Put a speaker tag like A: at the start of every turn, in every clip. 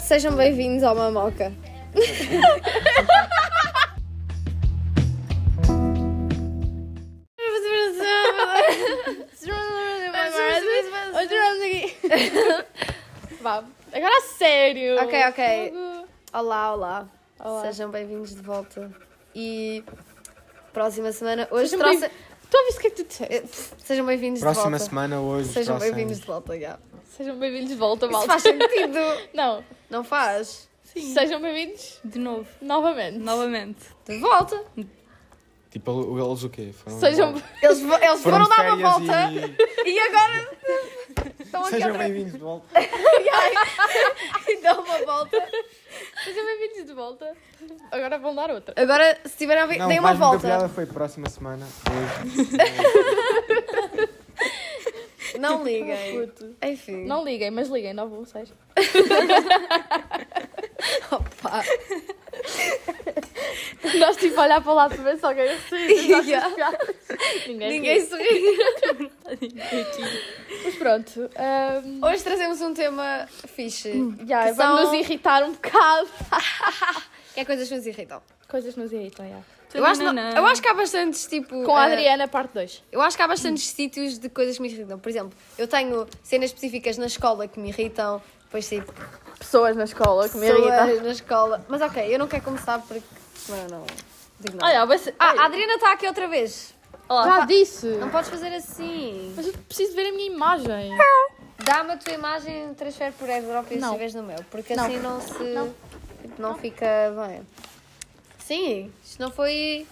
A: Sejam bem-vindos ao Mamoca.
B: Hoje estamos aqui. Vá, agora a sério.
A: Ok, ok.
B: Fogo.
A: Olá, olá.
B: Olá.
A: Sejam bem-vindos de volta. E próxima semana, hoje
B: Sejam
A: trouxe.
B: bem- Tu ouviste o que é que tu disseste?
A: Eh, pff, Sejam bem-vindos de volta.
C: Próxima semana, hoje.
A: Sejam
C: próximo.
A: bem-vindos de volta, já.
B: Sejam bem-vindos de volta,
A: Isso
B: malta.
A: faz sentido.
B: Não,
A: Não faz?
B: sejam bem-vindos
D: De novo,
B: novamente.
D: novamente.
A: De volta.
C: Tipo, eles o quê? Foram
B: Sejam
A: Eles, vo- eles foram
C: Foram de
A: dar uma volta
C: férias
A: e, agora estão
C: E...
A: aqui
C: Sejam
A: outra vez
C: bem-vindos de volta.
A: e dão uma volta.
B: sejam bem-vindos de volta. Agora vão dar outra.
A: Agora, se tiverem a ver,
C: Não,
A: deem uma
C: mais muita
A: volta.
C: piada foi próxima semana, hoje.
A: Não liguem.
B: Puto.
A: Enfim.
B: Não liguem, mas liguem, 916.
A: Opa.
B: Nós tipo a olhar para o lado para ver se alguém sorri. das nossas piadas. Ninguém.
A: Ninguém
B: Ninguém.
A: sorri.
B: Mas pronto. hum,
A: Hoje trazemos um tema fixe.
B: já,
A: que
B: vamos
A: são-
B: nos irritar um bocado.
A: Que é coisas que nos irritam.
B: Coisas que nos irritam, já.
A: Eu acho, não- eu acho que há bastantes, tipo...
B: Com a
A: eh,
B: Adriana, parte 2.
A: Eu acho que há bastantes sítios de coisas que me irritam. Por exemplo, eu tenho cenas específicas na escola que me irritam, depois sei
B: Pessoas na escola que me irritam.
A: pessoas na escola. Mas ok, eu não quero começar porque. Não, não. Digo nada.
B: Olha, vai ser.
A: Ah, a Adriana está aqui outra vez.
B: Olá, já disse.
A: Não podes fazer assim.
B: Mas eu preciso ver a minha imagem.
A: Dá-me a tua imagem, transfere por Airdrop e
B: Não.
A: estiveres no meu. Porque
B: Não.
A: assim não se.
B: Não.
A: tipo, não fica bem. Sim, isto não foi.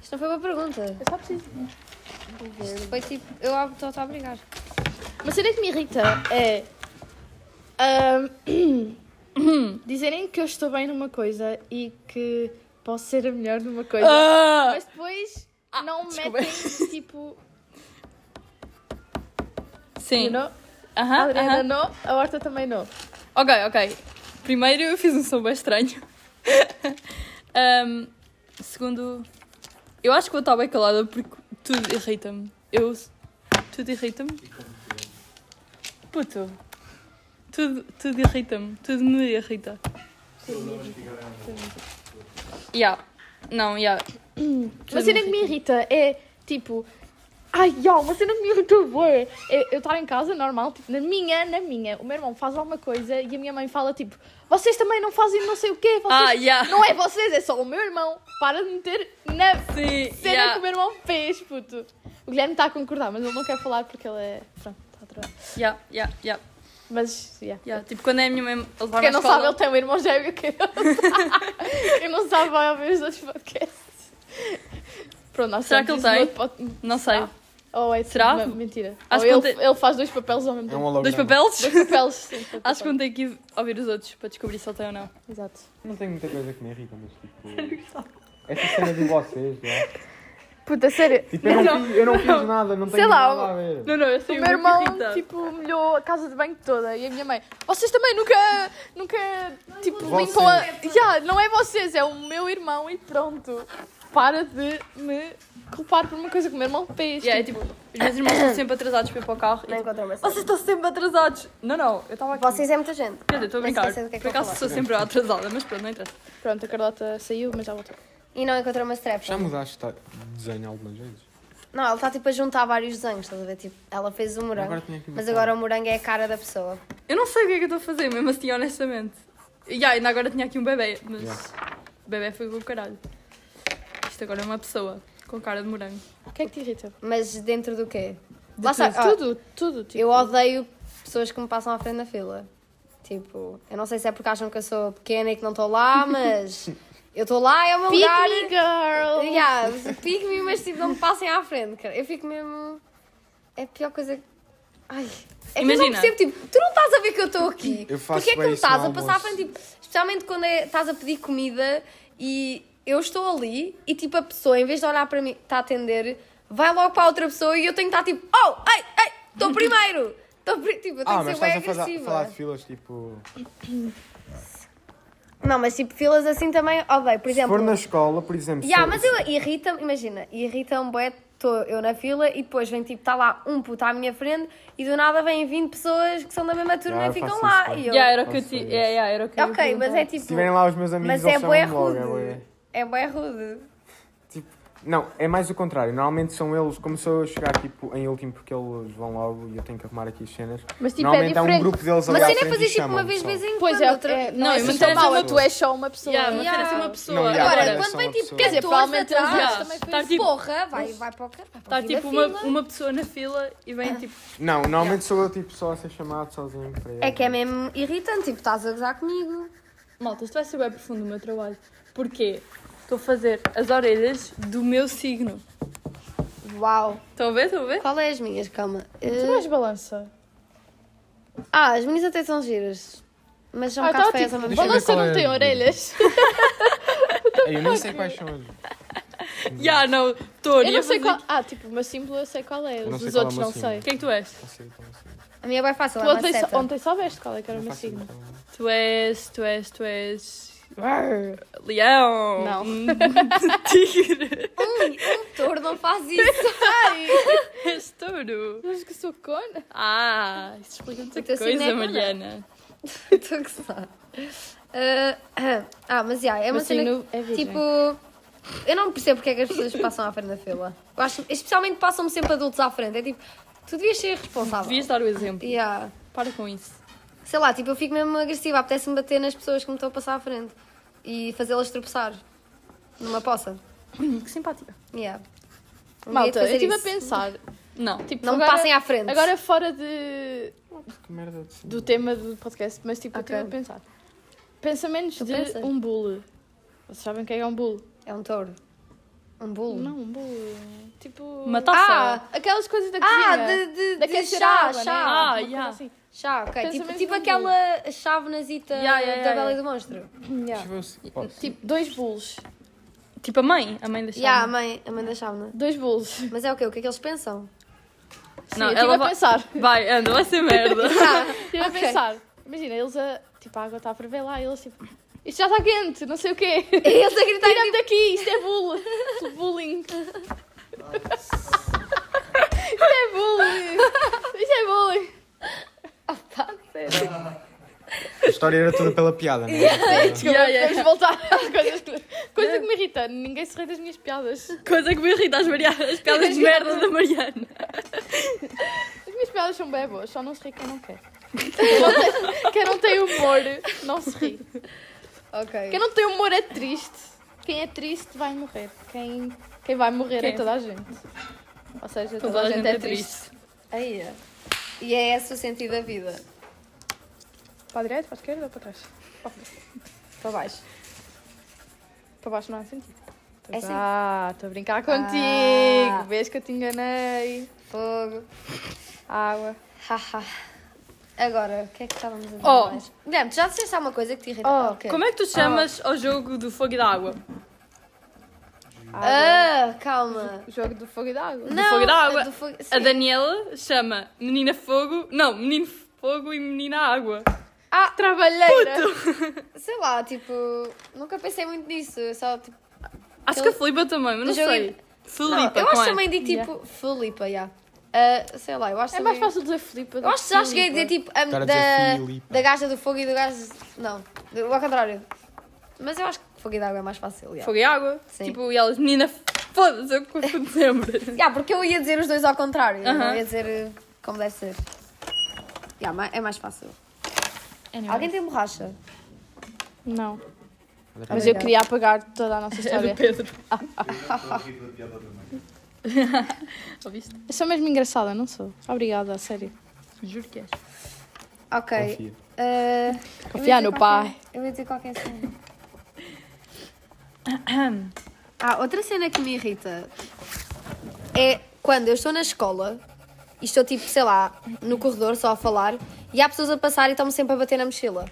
A: Isto não foi uma pergunta.
B: Eu só preciso.
A: Isto foi tipo. Eu estou a obrigar.
B: Uma cena que me irrita é. ahm, dizerem que eu estou bem numa coisa e que posso ser a melhor numa coisa. Mas depois não me metem tipo.
D: Sim.
B: You know? A
D: Aham,
B: Adriana
D: Ah, aham.
B: não, a Horta também não.
D: Ok, ok. Primeiro eu fiz um som bem estranho. Ahm, segundo, eu acho que vou estar bem calada porque tudo irrita-me. Eu. Tudo irrita-me. Puto. Tudo, tudo irrita-me. Tudo me irrita. Yeah. Não, yeah.
B: Uma cena que me irrita é tipo. Ai, ó, uma cena que me irrita bué é eu estar em casa, normal, tipo, na minha, na minha, o meu irmão faz alguma coisa e a minha mãe fala tipo, vocês também não fazem não sei o quê, vocês
D: Ah, yeah.
B: Não é vocês, é só o meu irmão. Para de meter na
D: Sim,
B: cena
D: yeah.
B: que o meu irmão fez, puto. O Guilherme está a concordar, mas ele não quer falar porque ele é. Pronto, está a trabalhar.
D: Yeah, yeah, yeah.
B: Mas, yeah.
D: Yeah, tipo, quando é a minha mãe a levar
B: Quem não
D: na escola-
B: sabe, ele tem um irmão gêmeo que eu não sabe. Quem não sabe, vai ouvir os outros podcasts. Pronto, nós
D: Será
B: temos
D: que ele
B: isso no outro pod-
D: Não sei.
B: Ah, Ou é tipo
D: Será?
B: uma mentira.
D: Acho
B: Ou
D: que
B: ele,
D: não
B: ele faz dois papéis ao mesmo
C: É um
B: tempo.
C: holograma.
D: Dois papeles?
B: Dois papéis. sim, dois
D: Acho que
B: papéis.
D: vão ter que ir ouvir os outros para descobrir se ele tem ou não.
B: Exato.
C: Não tenho muita coisa que me irrita, mas tipo. Essa cena de vocês, já.
B: Puta, sério.
C: Tipo, eu não, fiz, eu não fiz nada, não tenho
B: Sei lá,
C: nada a ver.
D: Não, não, eu sei
B: O meu irmão, tipo, molhou a casa de banho toda e a minha mãe, vocês também nunca, nunca, tipo,
C: vocês.
B: limpam a... Já, não é vocês, é o meu irmão e pronto. Para de me culpar por uma coisa que o meu irmão fez.
D: Yeah, é tipo, os meus irmãos estão sempre atrasados para ir para o carro. e
A: Não
D: tipo,
A: encontrou mais.
D: Vocês estão sempre atrasados! Não, não, eu estava aqui.
A: Vocês é muita gente.
D: Quer dizer, estou a
A: Mas
D: brincar.
A: esqueci do que é que
D: Por
A: eu ia
D: acaso sou sempre atrasada, mas pronto, não interessa.
B: Pronto, a Carlota saiu, mas já voltou.
A: E não encontrou uma strap.
C: Já mudaste tá, desenho algumas vezes?
A: Não, ela está tipo a juntar vários desenhos, estás a ver? Tipo, ela fez o morango.
C: Agora tinha que
A: mas
C: botar.
A: agora o morango é a cara da pessoa.
D: Eu não sei o que é que eu estou a fazer, mesmo assim, honestamente. Yeah, ainda agora tinha aqui um bebê, mas. O bebê foi com o caralho. Isto agora é uma pessoa com cara de morango.
B: O que é que te irrita?
A: Mas dentro do quê?
B: De
A: Lá está,
B: tudo,
D: ah,
A: ó,
B: tudo, tudo, tipo,
A: Eu odeio pessoas que me passam à frente da fila. Tipo, eu não sei se é porque acham que eu sou pequena e que não estou lá, mas eu estou lá, é o meu
B: Pick
A: lugar.
B: me, girl!
A: Yeah, pique-me, mas tipo, não me passem à frente, cara. Eu fico mesmo. É a pior coisa que. Ai. É que eu não
D: Imagina.
A: percebo, tipo, tu não estás a ver que eu estou aqui.
C: Eu faço
A: Porquê é que
C: bem
A: me
C: isso no
A: estás a passar à
C: almoço.
A: frente? Tipo, especialmente quando é- estás a pedir comida e eu estou ali e tipo a pessoa, em vez de olhar para mim, está a atender, vai logo para a outra pessoa e eu tenho que estar tipo, oh, ei, ei, estou primeiro! Estou pri-" Tipo, eu tenho
C: Ah,
A: que
C: mas
A: ser bem
C: estás a falar,
A: agressiva.
C: falar de filas, tipo.
A: Não, mas tipo, filas assim também, odeio. Por
C: Se
A: exemplo,
C: for na escola, por exemplo.
A: Ya,
C: se-
A: mas eu irrita-me, imagina, irrita-me bué estou eu na fila e depois vem tipo, está lá um puto à minha frente e do nada vêm 20 pessoas que são da mesma turma
C: Ah,
A: e
C: eu
A: ficam
C: faço
A: lá.
C: isso, pá.
A: E eu,
D: Yeah, era o que eu
C: Faço
D: ti-
C: isso.
D: yeah, yeah, era o que eu ia
A: ok, mas é
D: perguntar.
A: tipo.
C: Se tiverem lá os meus amigos,
A: mas
C: eles
A: é bué
C: chamam-me logo.
A: rude.
C: É bué.
A: É bué rude.
C: Tipo, não, é mais o contrário. Normalmente são eles, como sou eu a chegar tipo, em último porque eles vão logo e eu tenho que arrumar aqui as cenas.
B: Mas tipo, é
C: Normalmente há um
B: diferente.
C: grupo deles ali
A: Mas
C: à
A: a cena é
C: frente
A: fazer
C: e
A: tipo uma
C: chamam-me
A: vez de
C: só.
A: vez em
B: Pois
A: quando.
B: é,
A: outra.
B: é,
D: Não,
B: não é
D: mas
B: assim
D: era
B: tão mau,
D: só
B: é
D: uma
B: tu és só uma pessoa.
D: Yeah, mas
A: Yeah.
D: era assim uma pessoa.
C: Não, yeah,
A: Agora,
C: era
A: quando
C: só
A: vem
C: uma
A: tipo
C: pessoa. Quer
B: dizer,
A: 14
B: provavelmente eles tá,
A: atrás,
D: já
A: também foi um
D: estar,
A: isso.
D: tipo-
A: porra, vai, vai para o carro. vai para
D: Está
A: o fim da
D: tipo uma,
A: fila.
D: uma pessoa na fila e vem
B: Ah.
D: tipo.
C: Não, normalmente sou eu tipo, só a ser chamado sozinho para eles.
A: É que é mesmo irritante, tipo, estás a gozar comigo.
D: Malta, isto vai ser bem profundo o meu trabalho. Porquê? Estou a fazer as orelhas do meu signo.
A: Uau.
D: Estão a ver? Estão a ver?
A: Qual é as minhas? Calma.
B: Tu não és balança.
A: Ah, as minhas até são giras. Mas são um
B: Ah,
A: bocado
B: então,
A: feias ao
B: tipo,
A: mesmo
C: Deixa eu ver
B: balança
C: qual
B: não
C: é.
B: tem orelhas.
C: Eu nem sei quais são eles.
D: Já, não. Estou
B: Eu não sei qual... Ah, tipo, o meu símbolo eu sei qual é.
C: não
B: Os
C: sei
B: dos
C: qual é o
B: outros
C: meu
B: não
C: símbolo.
B: sei.
D: Quem tu és?
C: Não sei, não sei.
A: tempo. A minha é bem fácil,
B: Tu
A: é uma
B: ontem,
A: seta.
B: ontem soubeste qual é que era o meu
C: Não faço
B: signo.
C: ideia.
D: Tu és, tu és, tu és. Leão!
B: Não.
D: Hum, Tigre!
A: Um touro não faz isso.
D: és touro!
B: Mas que sou cona.
D: Ah, isso explica muita
A: O teu
D: coisa,
A: signo é quando?
D: Mariana.
A: Estou a gozar. Ah, ah, mas já, é uma
B: Mas
A: cena
B: signo é virgem.
A: Tipo, eu não percebo porque é que as pessoas passam à frente da fila. Eu acho, especialmente passam-me sempre adultos à frente. É tipo, tu devias ser
B: Ah,
A: responsável.
D: Devias dar o exemplo.
A: Yeah.
D: Para com isso.
A: Sei lá, tipo, eu fico mesmo agressiva, apetece-me bater nas pessoas que me estão a passar à frente e fazê-las tropeçar numa poça.
D: Que simpática.
A: Yeah. Um dia hei de
B: Malta, eu
A: fazer
B: estive a
A: isso.
B: pensar.
D: Não.
B: Tipo,
A: Não me
B: agora-
A: passem à frente.
B: Agora fora de,
C: Que merda de
B: do
C: símbolo.
B: tema do podcast, mas tipo,
A: Ok.
B: eu estive a pensar. Pensamentos
A: Tu
B: de
A: pensas?
B: um bulo. Vocês sabem o que é um bulo?
A: É um touro. Um bolo.
B: Não, um bulo. Tipo.
D: Uma taça.
B: Ah, aquelas coisas da cozinha.
A: Ah, de, de, de,
B: Daqueles
A: chá,
B: água, né?
A: chá.
D: Ah,
B: Uma coisa
D: yeah.
B: assim.
A: Chá, ok. Tipo, tipo
B: Pensamentos de um bolo.
A: aquela chave nazita
D: Yeah, yeah,
A: da
D: yeah,
A: Bela
D: yeah.
A: e do Monstro.
B: Yeah.
C: Deixa eu ver se posso.
B: Tipo, dois bulos.
D: Tipo a mãe, a mãe da
A: Já,
D: chave.
A: a mãe, a mãe da chave, né?
B: Dois bulos.
A: Mas é o quê? O que é que eles pensam?
B: Sim,
D: Não,
B: eu
D: ela
B: estive a
D: vai-
B: pensar.
D: Vai, anda, vai ser merda.
B: Estive a
A: Ok.
B: pensar. Imagina, eles a. Tipo, a água está a ferver lá e eles tipo. Isto já está quente, não sei o quê.
A: Eles a gritar
B: Tira-me daqui, isto é bullying. Isto é bullying. Isto é bullying. Isto é bullying.
C: A história era toda pela piada, não é?
B: Desculpa,
D: yeah.
B: vamos voltar às coisas que... Coisa que me irrita, ninguém se ri das minhas piadas.
D: Coisa que me irrita as, Mariana, as piadas de merda da Mariana.
B: As minhas piadas são bem boas, só não se ri quem não quer. Quem não tem- quem não tem humor, não se ri.
A: tipo, Ok.
B: Quem não tem humor é triste. Quem é triste vai morrer. Quem, quem vai morrer
D: Quem?
B: é toda a gente. Ou seja, toda,
D: Toda a gente é
B: triste.
D: triste.
A: Aí é. E é esse o sentido da vida.
B: Para a direita, para a esquerda ou para trás?
A: Para baixo.
B: Para baixo não há sentido.
A: É sim.
B: Ah, estou a brincar contigo.
A: Ah.
B: Vês que eu te enganei.
A: Fogo.
B: Água.
A: Haha. Agora, o que é que estávamos a dizer
D: Oh.
A: mais? Guilherme, tu já disseste alguma coisa que te irrita?
B: Oh,
A: Ah, ok.
D: Como é que tu chamas ao jogo do fogo e da água?
A: Ah, calma.
B: O jogo do fogo e da água.
A: Não,
D: é- fogo e da água.
A: é do fogo-
D: A
A: sim.
D: Daniela chama menina fogo. Não, menino fogo e menina água.
B: Ah, trabalheira.
A: Sei lá, tipo, nunca pensei muito nisso. eu Só, tipo,
D: Acho que a Filipa também, mas não
A: O jogo é-
D: sei. Filipa,
A: não, eu
D: com
A: acho
D: E.
A: também de tipo, Filipa, já. Ah, sei lá, eu acho
B: É mais
A: também-
B: fácil dizer Filipa. do
A: Eu acho que já cheguei a
B: Filipa.
A: dizer tipo, a-
C: Estar a
A: da,
C: dizer Filipa.
A: da gaja do fogo e do gás. Não, do, ao contrário. Mas eu acho que fogo e d'água é mais fácil. já.
D: Fogo e água.
A: Sim.
D: Tipo, e elas, menina foda-se, eu confundo sempre.
A: Ya, porque eu ia dizer os dois ao contrário. eu Não
D: Aham.
A: ia dizer eh, como deve ser. Ya, ma- é mais fácil. Alguém tem borracha?
B: Não.
C: Olha,
B: Mas
A: bem.
B: eu queria apagar toda a nossa
D: É do
B: história.
D: Pedro.
E: da piada da mãe.
D: Ouviste?
B: Eu sou mesmo engraçada, não sou? Obrigada, a sério.
D: Juro que és.
A: Ok.
C: Confia.
A: eh,
B: Confiar
A: eu ia dizer
B: no
A: qualquer-
B: pai.
A: Eu ia dizer qualquer cena. Ah, outra cena que me irrita é quando eu estou na escola e estou tipo, sei lá, no corredor só a falar e há pessoas a passar e estão-me sempre a bater na mochila.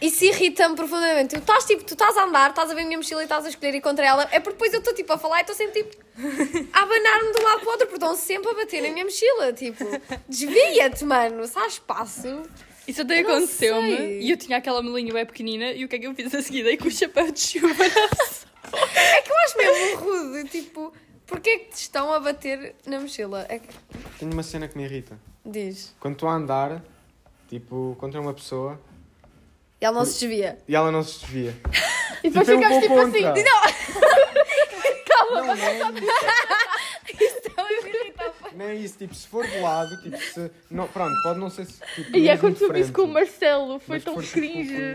A: Isso irrita-me profundamente. Tu estás tipo, tu estás a andar, estás a ver a minha mochila e estás a escolher e contra ela. É porque depois eu estou tipo a falar e estou sempre tipo a abanar-me de um lado para o outro porque estão sempre a bater na minha mochila. Tipo, desvia-te, mano, se há espaço.
D: Isso até
A: não
D: aconteceu-me
A: sei.
D: e eu tinha aquela melinha bem pequenina e o que é que eu fiz a seguir? Dei com o chapéu de chuva na
A: É que eu acho mesmo rude, tipo, Porquê é que te estão a bater na mochila? É que-
C: Tenho uma cena que me irrita.
A: Diz.
C: Quando estou a andar, tipo, contra uma pessoa
A: E ela não se desvia.
C: e ela não se desvia.
B: E depois
C: Então eu
B: ficamos
C: vou
B: tipo assim.
C: contra.
B: Calma,
C: Não é isso, tipo, se for de lado, tipo, se. Não, pronto, pode não ser. Tipo,
B: E é
C: mesmo
B: quando
C: de
B: tu disse
C: frente,
B: com o Marcelo, foi
C: mas
B: tão
C: for, tipo,
B: cringe.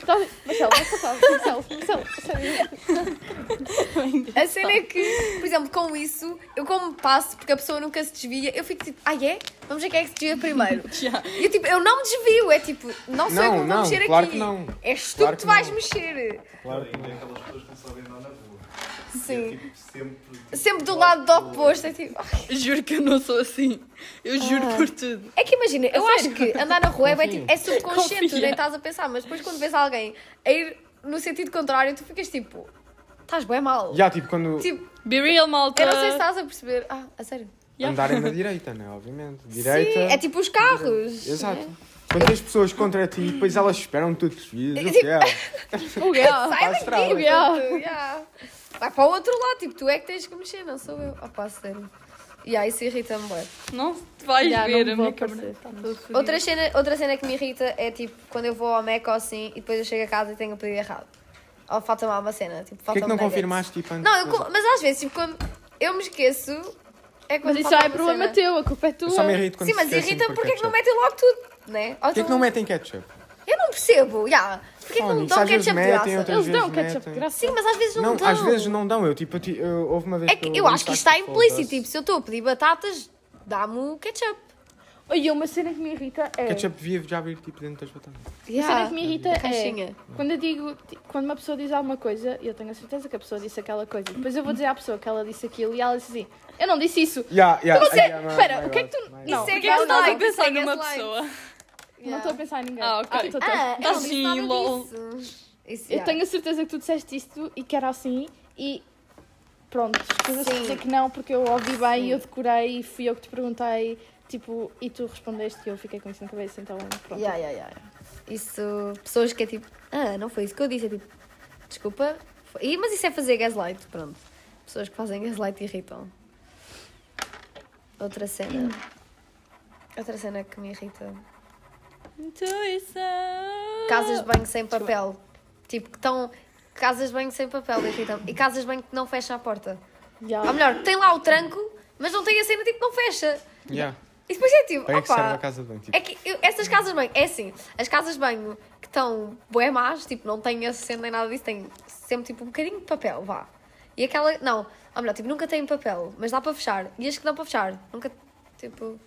C: com-
B: Tá- Marcelo, vai passar, Marcelo, Marcelo, Marcelo.
A: A cena é que, por exemplo, com isso, eu como passo, porque a pessoa nunca se desvia, eu fico tipo, ai é? Vamos ver quem é que se desvia primeiro.
D: Já.
A: E eu tipo, eu não me desvio, é tipo, não sou eu que
C: Não,
A: me vou
C: não,
A: mexer
C: claro
A: aqui.
C: que não.
A: És tu que
C: Claro que
A: te vais
C: não.
A: mexer.
C: Claro que
E: Ainda é
C: não.
E: aquelas pessoas que não sabem andar na rua.
A: Sim.
E: É, tipo, sempre, tipo,
A: Sempre do lado do oposto, é tipo. ai.
D: Juro que eu não sou assim. Eu juro por tudo.
A: É que imagina, eu acho que andar na rua é, bem, tipo, é subconsciente, tu
D: Confia.
A: nem estás a pensar, mas depois quando vês alguém a ir no sentido contrário, tu ficas tipo, estás bem mal.
C: Já, tipo, quando
A: Tipo,
D: Be real, malta.
A: eu não sei se estás a perceber. Ah, a sério.
D: Yeah.
C: andarem na direita, né? Obviamente. Direita.
A: Sim, é tipo é. os carros.
C: Exato. Quando tens pessoas contra ti e depois elas esperam que tu desvias,
A: tipo,
C: o que é?
B: O Guel.
A: Sai
C: Para a
A: daqui,
C: estrada.
A: puto, yeah. Vai para o outro lado, tipo, tu é que tens que mexer, não sou eu. Ah, pá, sério. E aí isso irrita-me bem.
D: Não vais
B: Já,
D: ver
B: não
D: a
B: vou
D: minha câmera.
B: aparecer, tá tudo
D: Uhum.
B: fodido.
A: Outra cena, outra cena que me irrita é tipo quando eu vou ao Mac ou assim e depois eu chego a casa e tenho a pedir errado. Ou falta-me alguma cena. Tipo,
C: Porquê
A: falta
C: é que não confirmaste, tipo, antes?
A: Não, eu co- mas às vezes, tipo, quando eu me esqueço, é quando.
B: Mas isso
A: falta
B: já é
A: uma
B: problema
A: cena.
B: teu, a culpa é tua.
C: Eu só me irrito quando então,
A: Sim, mas
C: se esquecem de
A: irrita-me
C: pôr
A: porque é que não
C: ketchup.
A: metem logo tudo, né? Ou
C: Porquê é que
A: então-
C: não metem ketchup?
A: Eu não percebo, já. Porquê que não
C: Fónix,
A: dão
C: às vezes
A: ketchup de
C: metem,
A: graça?
C: outras-
B: Eles dão
C: vezes né?
B: ketchup de
C: metem.
B: graça.
A: Sim, mas às vezes não,
C: Não,
A: dão.
C: às vezes não dão. Eu, tipo, eu ti- eu- houve uma vez
A: É que
C: que
A: eu acho que
C: vi um
A: isto está
C: saco de
A: implícito.
C: foldas.
A: Tipo, se eu estou a pedir batatas, dá-me o ketchup.
B: E uma cena que me irrita é.
C: Ketchup devia já vir, tipo, dentro das batatas.
B: A cena que me irrita é.
A: Caixinha.
B: Quando eu digo. ti- Quando uma pessoa diz alguma coisa, e eu tenho a certeza que a pessoa disse aquela coisa. Depois eu vou dizer à pessoa que ela disse aquilo e ela disse assim: Eu não disse isso.
C: Yeah, yeah,
B: Mas é-
C: yeah, my-
B: espera,
C: my
B: o que é que tu-
C: God, my
A: Isso
B: Não.
A: é
B: Porque
D: Porquê é que estás a
A: gaslight, isso é
D: pensar numa
A: gaslight.
D: pessoa?
B: Não
A: Yeah.
B: estou a pensar em ninguém.
D: Ah, ok.
B: tô, tô.
A: Ah, eu não disse
D: Tadinho,
A: nada
D: lol.
A: disso. Isso,
B: Eu
A: já.
B: tenho a certeza que tu disseste isto e que era assim e pronto, escusas-te
A: Sim.
B: de dizer que não porque eu ouvi bem, eu decorei e fui eu que te perguntei, tipo, e tu respondeste e eu fiquei com isso na cabeça, então pronto.
A: Ya, ya, ya. Isso, pessoas que é tipo, ah, não foi isso que eu disse, é tipo, desculpa. foi- Ih, mas isso é fazer gaslight, pronto. Pessoas que fazem gaslight irritam. Outra cena. Outra cena que me irrita.
D: Intuição.
A: Casas de banho sem papel. Tipo, que estão. Casas de banho sem papel irritam E casas de banho que não fecha a porta.
B: Já.
A: Ou melhor, tem lá o tranco, mas não tem a cena, tipo, não fecha.
C: Yeah.
A: E depois é tipo,
C: Para que serve a
A: opa.
C: casa de banho? Tipo,
A: É que eu- essas casas de banho, é assim, as casas de banho que estão bué más, tipo, não têm acento nem nada disso, têm sempre tipo um bocadinho de papel, vá. E aquela, não, ou melhor, tipo, nunca têm papel, mas dá para fechar. E as que dão para fechar, nunca, tipo,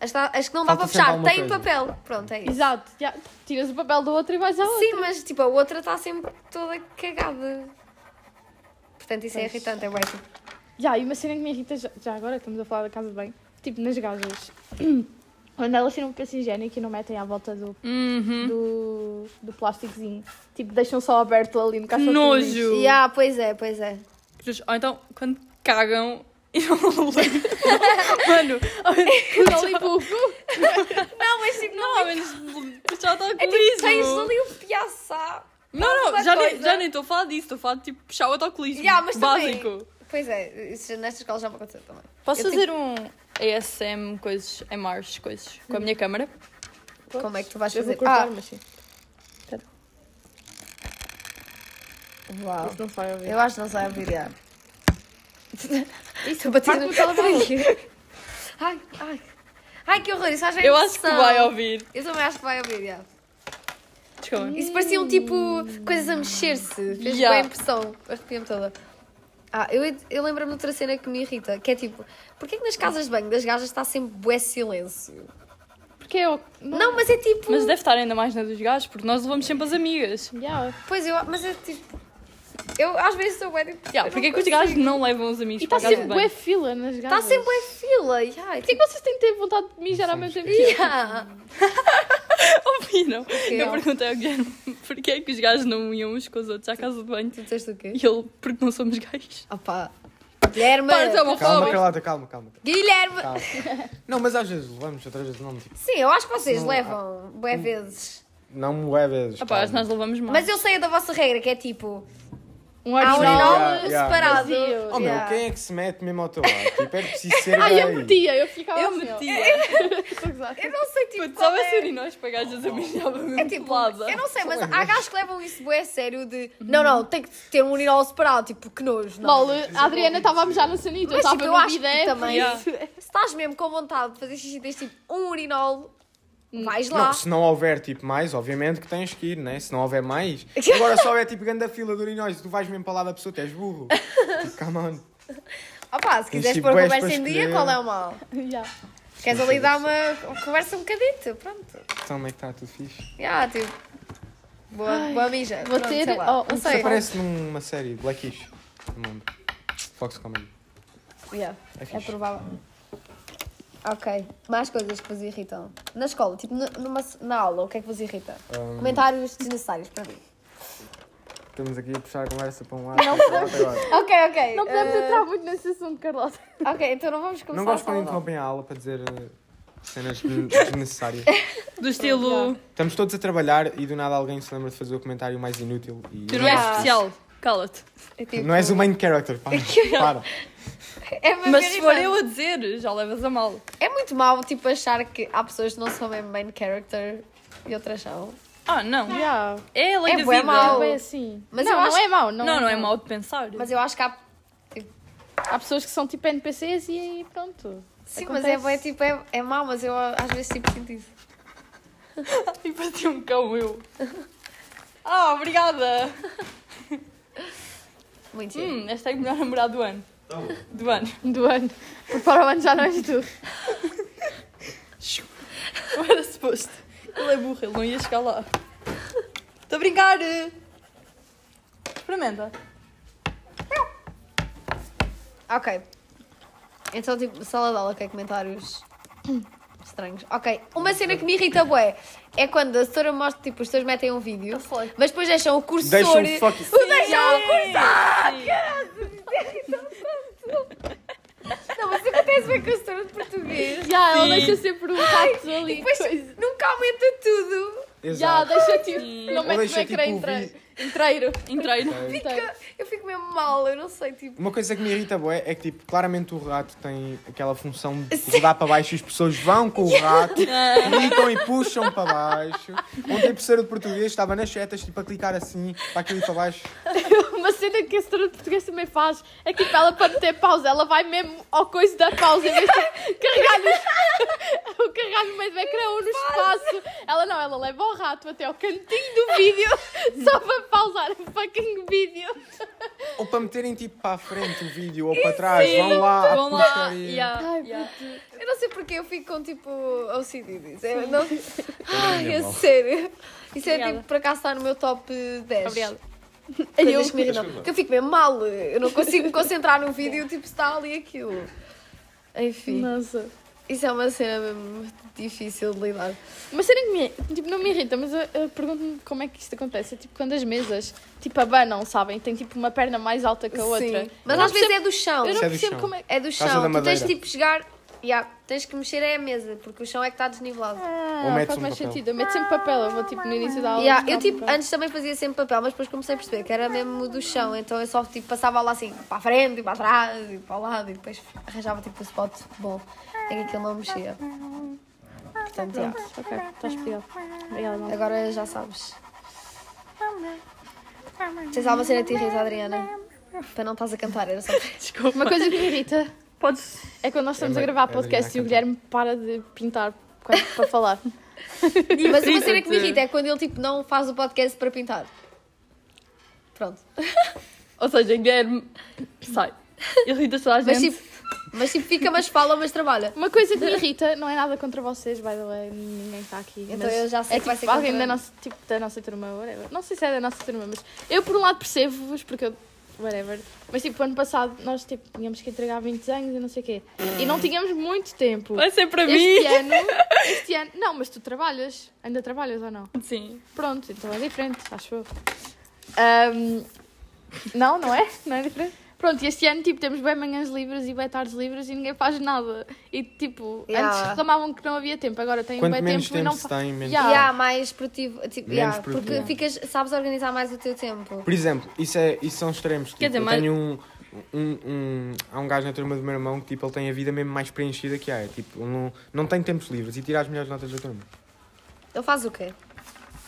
A: as, da- as que não dá
C: Falta
A: para
C: sempre
A: fechar,
C: alguma
A: têm
C: coisa.
A: papel. Pronto, é isso.
B: Exato, já. tiras o papel do outro e vais à outra.
A: Sim, mas tipo, a outra está sempre toda cagada. Portanto, isso é irritante, é bué, tipo,
B: Já, e uma cena que me irrita, já, já agora que estamos a falar da casa de banho, tipo nas gajas, quando elas tiram um pedaço higiênico e não metem à volta do,
D: Uhum.
B: do, do plásticozinho, tipo, deixam só aberto ali no caixote. do
D: Nojo.
B: lixo.
A: e ah, pois é, pois é.
D: Ou então, quando cagam e não ligam. Mano,
B: Tudo ali, bufo.
A: Não, mas tipo, não,
D: não, mas já está com
A: é tipo, tens
D: liso.
A: ali o piaçá.
D: Não, não,
A: alguma
D: já nem
A: coisa.
D: já nem estou a falar disso, estou a falar de tipo puxar o autocolismo.
A: Yeah, mas também-
D: básico.
A: Pois é, isso nestas escolas já me aconteceu também.
D: Posso
A: Eu, tipo,
D: fazer um ASM coisas, MRs coisas, com a minha câmera?
A: Como é que tu vais
B: Eu vou
A: fazer?
B: cortar, um mas sim.
A: Ah, uau.
B: Não vai ouvir.
A: Eu acho que não sai a videar. Isso, bati
B: parte
A: no
B: do telemóvel.
A: Ai, ai. Ai, que horror, isso às vezes
D: Eu acho que
A: são-
D: vai ouvir.
A: Eu também acho que vai ouvir, já.
D: Desculpa.
A: Isso parecia um tipo coisas a mexer-se. Fez
D: Yeah.
A: boa impressão. Arrepia-me toda. Ah, eu, eu lembro-me de outra cena que me irrita, que é tipo, porquê que nas casas de banho das gajas está sempre bué silêncio?
B: Porque eu.
A: Não, mas é tipo.
D: Mas deve estar ainda mais na dos gajos, porque nós levamos sempre as amigas.
B: Yeah.
A: Pois eu, mas é tipo. Eu às vezes sou bué tipo.
D: Yeah,
A: eu
D: porque é
A: não
D: que os
A: consigo.
D: gajos não levam os amigos
B: E
A: tá
D: para
B: está
D: a casa
B: sempre bué
D: de banho?
B: fila nas gajas.
A: Está sempre em fila. Yeah. e
B: Por que
A: tipo,
B: vocês têm de ter vontade de mijar ao mesmo tempo que eu?
A: yeah.
D: Ouviram? Eu
A: ó.
D: perguntei ao Guilherme porquê é que os gajos não iam uns com os outros à casa de banho.
A: Tu disseste o quê?
D: E ele, porque não somos gays.
A: Opa. Guilherme!
D: Para, toma
C: Calma,
D: fome.
C: calada, calma, calma.
A: Guilherme!
C: calma. Não, mas às vezes levamos, outras vezes não. Tipo,
A: Sim, eu acho que vocês
C: Não, ah, um
A: levam bué vezes.
C: não me é vezes.
D: Rapaz,
C: calma.
D: nós levamos mais.
A: Mas eu sei a da vossa regra, que é tipo.
B: Um
A: Há
B: urinol.
A: um
C: Yeah,
A: urinol
C: yeah.
A: separado.
B: Vazio.
C: Oh meu,
A: Yeah.
C: quem é que se mete mesmo ao teu lado? Tipo, é preciso ser
B: Ai, eu
C: gay.
B: metia, eu ficava
D: Eu
B: assim, ó.
C: é?
B: É,
D: metia.
B: Estou a gozar.
A: Eu não sei, tipo,
D: Puto,
A: qual
D: Sabe
A: é...
D: a urinóis para gajas a mijava
A: É
D: mesmo
A: tipo,
D: pelada?
A: eu não sei,
C: é.
A: mas há gajos que levam isso bué a sério de... Não, não, tem que ter um urinol separado, tipo, que nojo, não.
B: Lol, a Adriana estava a mijar no sanito,
A: Mas,
B: eu estava
A: tipo, eu
B: no
A: acho que
B: bidé.
A: também-
B: por isso.
A: Se estás mesmo com vontade de fazer xixi, tens tipo um urinol,
D: Hum.
A: vais lá.
C: Não, se não houver tipo mais, obviamente que tens que ir, né? Se não houver mais. Agora só é tipo grande fila de urinóis, tu vais mesmo para lá da pessoa, tu és burro. Tipo, Come on.
A: Opa, se quiseres
C: Enchi
A: pôr a
C: bués
A: conversa
C: para
A: em dia,
C: tipo, escolher.
A: qual é o mal?
B: Yeah.
A: Queres ali dar uma conversa um bocadito, pronto.
C: Então, como é que está? Tudo fixe?
A: Já, tipo... Boa, boa mija.
B: vou
A: pronto,
B: ter-
A: sei lá.
B: oh,
A: não
B: isso
A: sei.
C: Aparece numa série, Blackish. Não me lembro. Fox Comedy.
A: Yeah,
C: É
A: é
C: fixe.
A: provável. Ok, mais coisas que vos irritam. Na escola, tipo, nu- numa, na aula, o que é que vos irrita?
C: Hum.
A: Comentários desnecessários para mim.
C: Estamos aqui a puxar a conversa para um lado. para outro agora.
A: Ok, ok.
B: Não podemos
A: eh,
B: entrar muito nesse assunto, Carlota.
A: Ok, então não vamos começar
C: Não gosto
A: a falar
C: quando interrompem a aula para dizer eh, cenas de- desnecessárias.
D: Do estilo.
C: Estamos todos a trabalhar e do nada alguém se lembra de fazer o comentário mais inútil e.
D: Tu não és
A: Yeah.
D: especial. Cala-te.
A: É tipo-
C: Não és o main character, para. para.
A: É mesmo
D: Mas se for
A: irritante.
D: eu a dizer, já levas a mal.
A: É muito mau, tipo, achar que há pessoas que não são mesmo main character e outras são.
D: Ah, não.
B: Yeah.
D: É a lei
A: É
D: da
A: bué
D: vida.
A: mau.
B: É bem assim.
A: Mas
B: não,
A: eu
B: não
A: acho-
B: é mau. Não,
D: Não, não é mau de pensar.
A: Mas eu acho que há. tipo,
B: Há pessoas que são tipo NPCs e aí pronto.
A: Sim,
B: Acontece.
A: mas é, bué, tipo, é, é mau, mas eu às vezes tipo sinto isso.
D: E bati um cão eu. Ah, obrigada!
A: Muito giro.
D: Hum, esta é a melhor namorada do ano.
E: Tá bom.
D: Do ano.
B: Do ano. Porque para o ano já não és tu.
D: Não era suposto. Ele é burro, ele não ia chegar lá. Estou a brincar! Experimenta.
A: Ok. Então, tipo, sala de aula, ok, comentários estranhos. Ok, uma cena que me irrita, bué, é quando a senhora mostra, tipo, os senhores metem um vídeo, mas depois deixam o cursor...
C: Deixam o um fucking-
A: O deixam o cursor! Não, mas isso acontece bem com a senhora de português.
B: Já, ela
D: Sim.
B: deixa sempre um rato
A: E
B: ali.
A: depois
B: coisa.
A: nunca aumenta tudo.
B: Já,
C: Exato.
B: deixa tipo. Não
C: Ou
B: mete no
C: deixa,
B: ecrã
C: tipo,
B: inteiro. Inteiro.
D: Entrei.
B: Inteiro.
A: Eu fico mesmo mal, eu não sei, tipo...
C: Eh, Uma coisa que me irrita bué, é que, tipo, claramente o rato tem aquela função de rodar para baixo e as pessoas vão com o rato, clicam e puxam para baixo. Ontem a professora de português estava nas setas, tipo, a clicar assim, para aquilo e para baixo.
B: Uma cena que a senhora de português também faz é que tipo, ela para meter pausa, ela vai mesmo ao coisa da pausa, em vez de carregar no, o carregar no meio do ecrã ou no espaço. Ela não, ela leva o rato até ao cantinho do vídeo só para pausar o fucking vídeo.
C: Ou para meterem, tipo, para a frente o vídeo ou para trás. Vão lá, ah, é
D: Vão
C: à
D: lá.
C: porcaria.
D: Yeah, yeah.
A: Eu não sei porque eu fico com, tipo, OCD disso. Eu não... Ai, é sério. Isso é,
D: Obrigada.
A: tipo, por acaso está no meu top 10.
D: Obrigada.
A: coisas que me irritam.
E: Desculpa.
A: Porque eu fico mesmo mal. Eu não consigo me concentrar num vídeo, tipo, se está ali aquilo. Enfim,
B: Nossa.
A: isso é uma cena mesmo difícil de lidar.
B: Uma cena que me, tipo, não me irrita, mas eu, eu pergunto-me como é que isto acontece. É tipo quando as mesas tipo abanam, sabem? Tem tipo uma perna mais alta que a outra.
A: Sim. Mas às vezes é do chão.
B: Eu não
C: Isso é do
B: percebo
C: chão.
B: como é que.
A: É do
C: da
A: chão. Tu tens
C: Madeira.
A: tipo chegar. Ya, tens que mexer é a mesa, porque o chão é que está desnivelado.
C: Ou
B: Ah,
C: metes
B: faz
C: um
B: mais
C: papel.
B: sentido. Eu meto sempre papel, eu vou tipo no início da aula.
A: Ya,
B: buscar
A: eu
B: um
A: tipo,
B: papel.
A: antes também fazia sempre papel, mas depois comecei a perceber que era mesmo do chão, então eu só tipo, passava lá assim, para a frente e para trás e para o lado e depois arranjava tipo o spot bom em que aquilo não mexia. Portanto, ya.
B: Ok, está explicado. Obrigada, Malta.
A: Agora já sabes. Tens alguma cena que te irrita, Adriana? Para não estás a cantar, era só para
D: Desculpa.
B: Uma coisa que me irrita
D: Podes.
B: é quando nós estamos a
C: Era-
B: gravar
C: era
B: podcast e o
C: Guilherme
B: Guilherme para de pintar quando- para falar.
A: Mas uma cena que me irrita é quando ele tipo, não faz o podcast para pintar. Pronto.
D: Ou seja, Guilherme. Sai. Irritas toda a gente.
A: Mas tipo, mas tipo fica, mas fala, mas trabalha.
B: Uma coisa que me irrita, não é nada contra vocês, by the way, ninguém está aqui.
A: Então
B: mas
A: eu já sei
B: é,
A: que vai
B: tipo,
A: ser
B: alguém
A: contra-
B: da nossa, tipo, da nossa turma, whatever. Não sei se é da nossa turma, mas eu por um lado percebo-vos, porque eu. Whatever. Mas tipo, ano passado nós tipo, tínhamos que entregar 20 desenhos e não sei o quê. E não tínhamos muito tempo.
D: Vai ser para
B: Este
D: mim.
B: ano, este ano. Não, mas tu trabalhas. Ainda trabalhas ou não?
D: Sim.
B: Pronto, então é diferente, acho eu. Ahm, não, não é? Não é diferente? Pronto, e este ano, tipo, temos bem manhãs livres e bem tardes livres e ninguém faz nada. E, tipo,
A: Yeah.
B: antes reclamavam que não havia tempo, agora têm
C: Quanto
B: bem
C: menos
B: tempo, e não
C: tempo se
B: fa-
C: tem, menos.
B: Yeah.
A: E há mais produtivo. Tipo,
C: Menos
A: yeah,
C: produtivo.
A: Porque ficas, sabes organizar mais o teu tempo.
C: Por exemplo, isso, é, isso são extremos. Tipo,
D: dizer,
C: eu
D: mas-
C: tenho um, um, um- Há um gajo na turma do meu irmão que tipo, ele tem a vida mesmo mais preenchida que há. É, tipo, ele não, não tem tempos livres e tira as melhores notas da turma.
A: Ele faz o quê?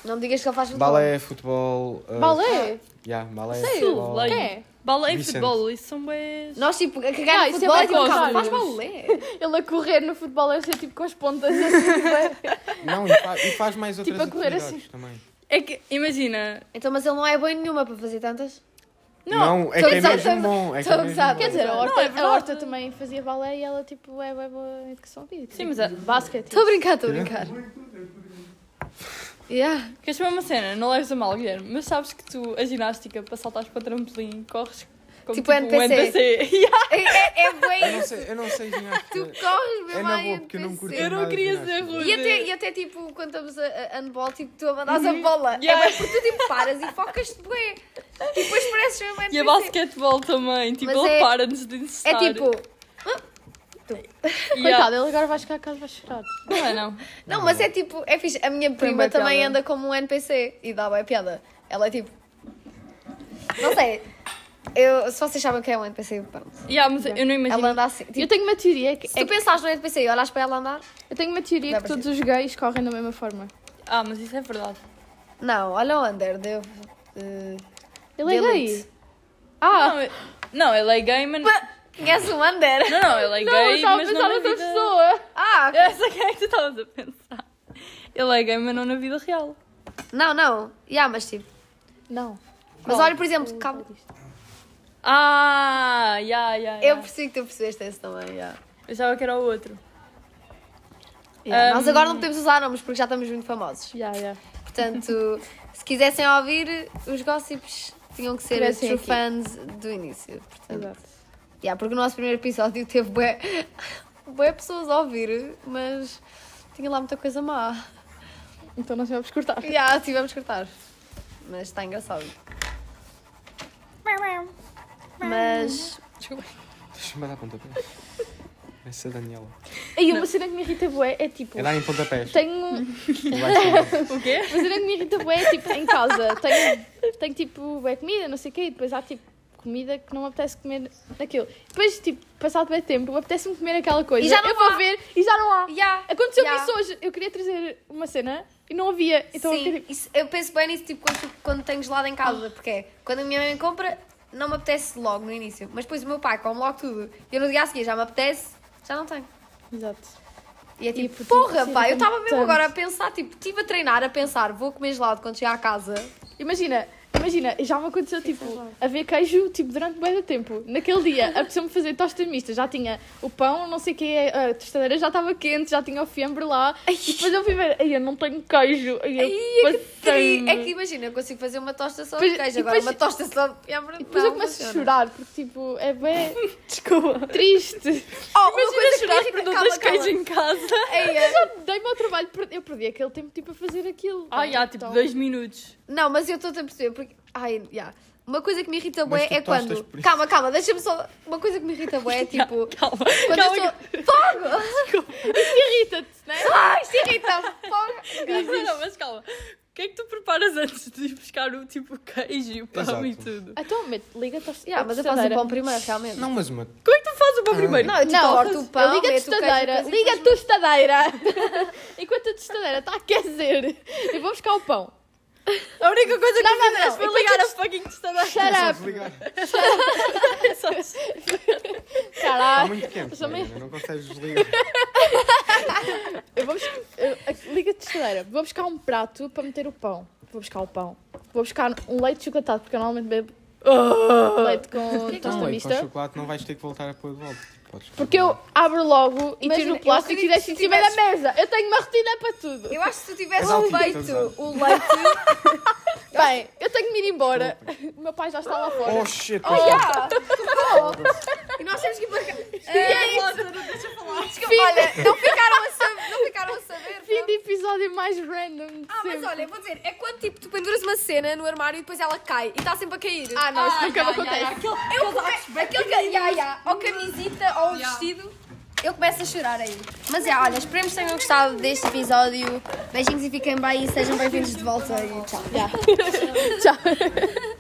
A: Não me digas que ele faz futebol.
C: Balé, futebol. Uh,
B: Balé?
C: Yeah, balé, futebol.
D: Futebol.
B: Quem é?
D: Balé e
C: Vicente.
D: futebol, isso são bem.
A: Nós, tipo, a cagar
B: Ah,
A: no
B: isso é
A: futebol
B: bem
A: e tipo, calma,
B: contrário.
A: faz balé.
B: Ele a correr no futebol a ser tipo com as pontas assim, bué.
C: Não, e, fa- e faz mais outras
B: Tipo, a correr
C: atividades
B: assim.
C: também.
D: É que, imagina.
A: Então, mas ele não é bom em nenhuma para fazer tantas.
C: Não, é que
A: todos
C: é
A: sabem-
C: mesmo bom. É que é
A: todos
C: mesmo
A: sabem.
C: bom.
B: Quer dizer, a Horta,
D: é
B: a
D: verdade.
B: Horta também fazia balé e ela tipo é bem boa em educação física. Tipo,
D: Sim, mas é-
B: Basquete.
A: Estou a brincar, estou a brincar. Yeah.
D: Queres saber uma cena? Não leves a mal, Guilherme, mas sabes que tu, a ginástica, para saltares para trampolim, corres como
A: Tipo
D: um
A: NPC.
D: NPC. Yeah.
A: É, é, é
C: Eu
A: bem
C: não
A: isso.
C: sei, eu não sei ginástica.
A: Tu corres
C: É
A: mesmo
C: na
A: aí
C: boa, porque eu não curto
D: Eu não
C: nada de
D: queria
C: ginástica.
D: ser ruim.
A: E até, e até tipo, quando estamos a, a handball, tipo, tu a mandas a bola.
D: Yeah.
A: É bem porque tu tipo paras e focas-te bué. E depois pareces mesmo
D: E a
A: NPC.
D: basquetebol também, tipo,
A: Mas
D: ele
A: é-
D: para-nos de insistir.
A: É tipo,
D: Yeah.
B: Coitado, ele agora vai chegar a casa e vai chorar.
D: Não é, não.
A: não, mas é tipo, é fixe. A minha prima
D: bué
A: também
D: piada.
A: anda como um NPC e dá bem piada. Ela é tipo. Não sei. Eu, se vocês sabem o que é um NPC, pronto.
D: Yeah, mas eu não imagino.
A: Ela anda assim.
B: Eu
A: Tipo,
B: tenho uma teoria que,
A: se
B: é
A: tu pensares no NPC e olhas para ela andar.
B: Eu tenho uma teoria
A: Dá
B: que
A: para
B: todos os gays correm da mesma forma.
D: Ah, mas isso é verdade.
A: Não, olha o Under. De, eh,
B: Ele é
A: de
B: gay.
A: elite.
B: Ah,
D: Não, eu- não, ele é gay, mas. Não,
A: Conhece o é Under?
D: não, ele é
B: não, eu
D: gay,
B: estava a
D: mas
B: pensar
D: não na
B: noutra
D: vida...
B: pessoa.
A: Ah, ok.
D: Essa que é que tu estavas a pensar. Ele é gay, mas não na vida real.
A: não, não. Yeah, mas tipo.
B: Não.
A: Mas olha, por exemplo, calma.
D: Ah, ya, ya, ya.
A: Eu percebi que tu percebeste esse também. yeah.
D: Eu Pensava que era o outro.
A: Yeah,
D: Um,
A: Nós agora não podemos usar nomes porque já estamos muito famosos.
B: Já, já.
A: Portanto, se quisessem ouvir, os gossips tinham que ser
B: Tivessem
A: true
B: aqui.
A: fans do início. Portanto,
B: Exato.
A: yeah, porque o nosso primeiro episódio teve bué, bué pessoas a ouvir, mas tinha lá muita coisa má.
B: Então nós vamos cortar.
A: Já, tivemos que cortar. Mas está engraçado. Mas.
C: Deixa-me dar pontapé. Essa Daniela.
B: E uma cena que me irrita bué é tipo...
C: É dar em pontapés.
B: Tenho...
C: Tu vais saber.
D: O quê?
B: Uma cena que me irrita bué é tipo em casa. Tenho, tenho tipo bué comida, não sei o quê. E depois há tipo comida que não me apetece comer naquilo. Depois tipo, passado bem tempo, apetece-me comer aquela coisa.
A: E já não
B: Eu vou
A: há.
B: ver e já não há.
A: Yeah,
B: Aconteceu-me
A: yeah.
B: isso hoje. Eu queria trazer uma cena e não havia. Então Ah. eu
A: Sim,
B: fiquei tipo...
A: isso- eu penso bem nisso tipo, quando, tu- quando tenho gelado em casa, porque é, quando a minha mãe compra, não me apetece logo no início, mas depois o meu pai come logo tudo e eu no dia a seguir já me apetece, já não tenho.
B: Exato.
A: E é
B: E,
A: tipo,
B: portanto,
A: porra,
B: isso
A: pá, eu
B: irrita-me
A: estava mesmo
B: tanto.
A: agora a pensar, tipo, estive a treinar, a pensar, vou comer gelado quando chegar à casa.
B: Imagina, imagina, já me aconteceu tipo, haver queijo tipo, durante bem do tempo. Naquele dia, apeteceu-me fazer tosta mista. Já tinha o pão, não sei o que, a tostadeira já estava quente, já tinha o fiambre lá. E depois eu fui ver, ai, eu não tenho queijo. Ai, eu
A: Ai, é que
B: passei-me.
A: tri- é que imagina, eu consigo fazer uma tosta só
B: Pois-
A: de queijo,
B: e
A: agora
B: depois-
A: uma tosta só de fiambre.
B: E depois eu começo a chorar, porque tipo, é bem
D: Desculpa.
B: triste.
A: Oh,
D: Imagina chorar por não
A: calma,
D: teres
A: calma.
D: queijo em casa.
A: Ei,
B: Eu
A: eh,
B: já dei-me ao trabalho, per- eu perdi aquele tempo tipo a fazer aquilo.
D: Ah, já, tipo,
B: Então,
D: dois minutos.
A: Não, mas eu estou-te a perceber, porque. Ai, yeah. Uma coisa que me irrita bué
C: Mas tu
A: é
C: tostas
A: quando.
C: por isso.
A: Calma, calma, deixa-me só. Uma coisa que me irrita bué é tipo.
D: Calma,
A: Quando
D: calma.
A: eu estou. Fogo!
B: Irrita-te, né?
A: Ai, isto irrita-me! Fogo!
D: Não, não, mas calma. O que é que tu preparas antes de ir buscar o tipo queijo e o pão
C: Exato.
D: e tudo?
B: Então, mete- liga a tosta-
A: Yeah,
B: a
A: mas eu faço o
B: tostadeira.
A: pão primeiro, realmente.
C: Não, mas uma.
D: Como é que tu fazes o pão
C: Ah.
D: primeiro?
A: Não, eu tipo,
B: Não,
A: corto o pão,
B: liga a
A: meto o queijo,
B: tostadeira,
A: depois-
B: liga a tostadeira. Enquanto a tostadeira está a aquecer, eu vou buscar o pão.
D: A única coisa que
B: Não, não,
D: tu fizeste
B: não.
D: foi ligar a fucking tostadeira.
B: Shut
C: Só
B: up,
C: desligar. Está
B: caralho.
C: muito quente.
B: Só meio-
C: Mariana, Não consegues desligar.
B: Eu vou buscar, eu- a- liga a tostadeira, vou buscar um prato para meter o pão. Vou buscar o pão. Vou buscar um leite chocolatado, porque eu normalmente bebo leite com tosta
C: Não, leite com
B: mista.
C: chocolate não vais ter que voltar a pôr de volta. Podes pôr
B: Porque
C: de
B: eu
C: volta.
B: abro logo e
A: Imagina,
B: tiro o
A: eu
B: plástico
A: acredito
B: e deixo
A: que
B: em
A: se
B: cima da
A: tivesse-
B: mesa. Eu tenho uma rotina para tudo.
A: Eu acho que se tu tivesse
C: Mas há um tipo,
A: feito
C: estás
A: o leite.
B: Bem, eu tenho de me ir embora. O meu pai já está lá fora.
C: Oh shit!
A: Oh, yeah. E nós temos que ir para cá.
C: Oh,
B: É,
A: Eh,
B: Fim-
A: Olha, não ficaram a saber. Não ficaram a saber.
B: Fim de episódio mais random de
A: Ah, mas
B: sempre.
A: olha, vou dizer, é quando tipo tu pendura-se uma cena no armário e depois ela cai e está sempre a cair.
B: Ah, não, isso nunca me acontece.
A: Eu come... Aquele ca- ya, ya, ou camisita ou um
D: Ya.
A: vestido, eu começo a chorar aí. Mas é, olha, esperemos que tenham gostado deste episódio. Beijinhos e fiquem bem e sejam bem-vindos de volta. E tchau.
B: Tchau.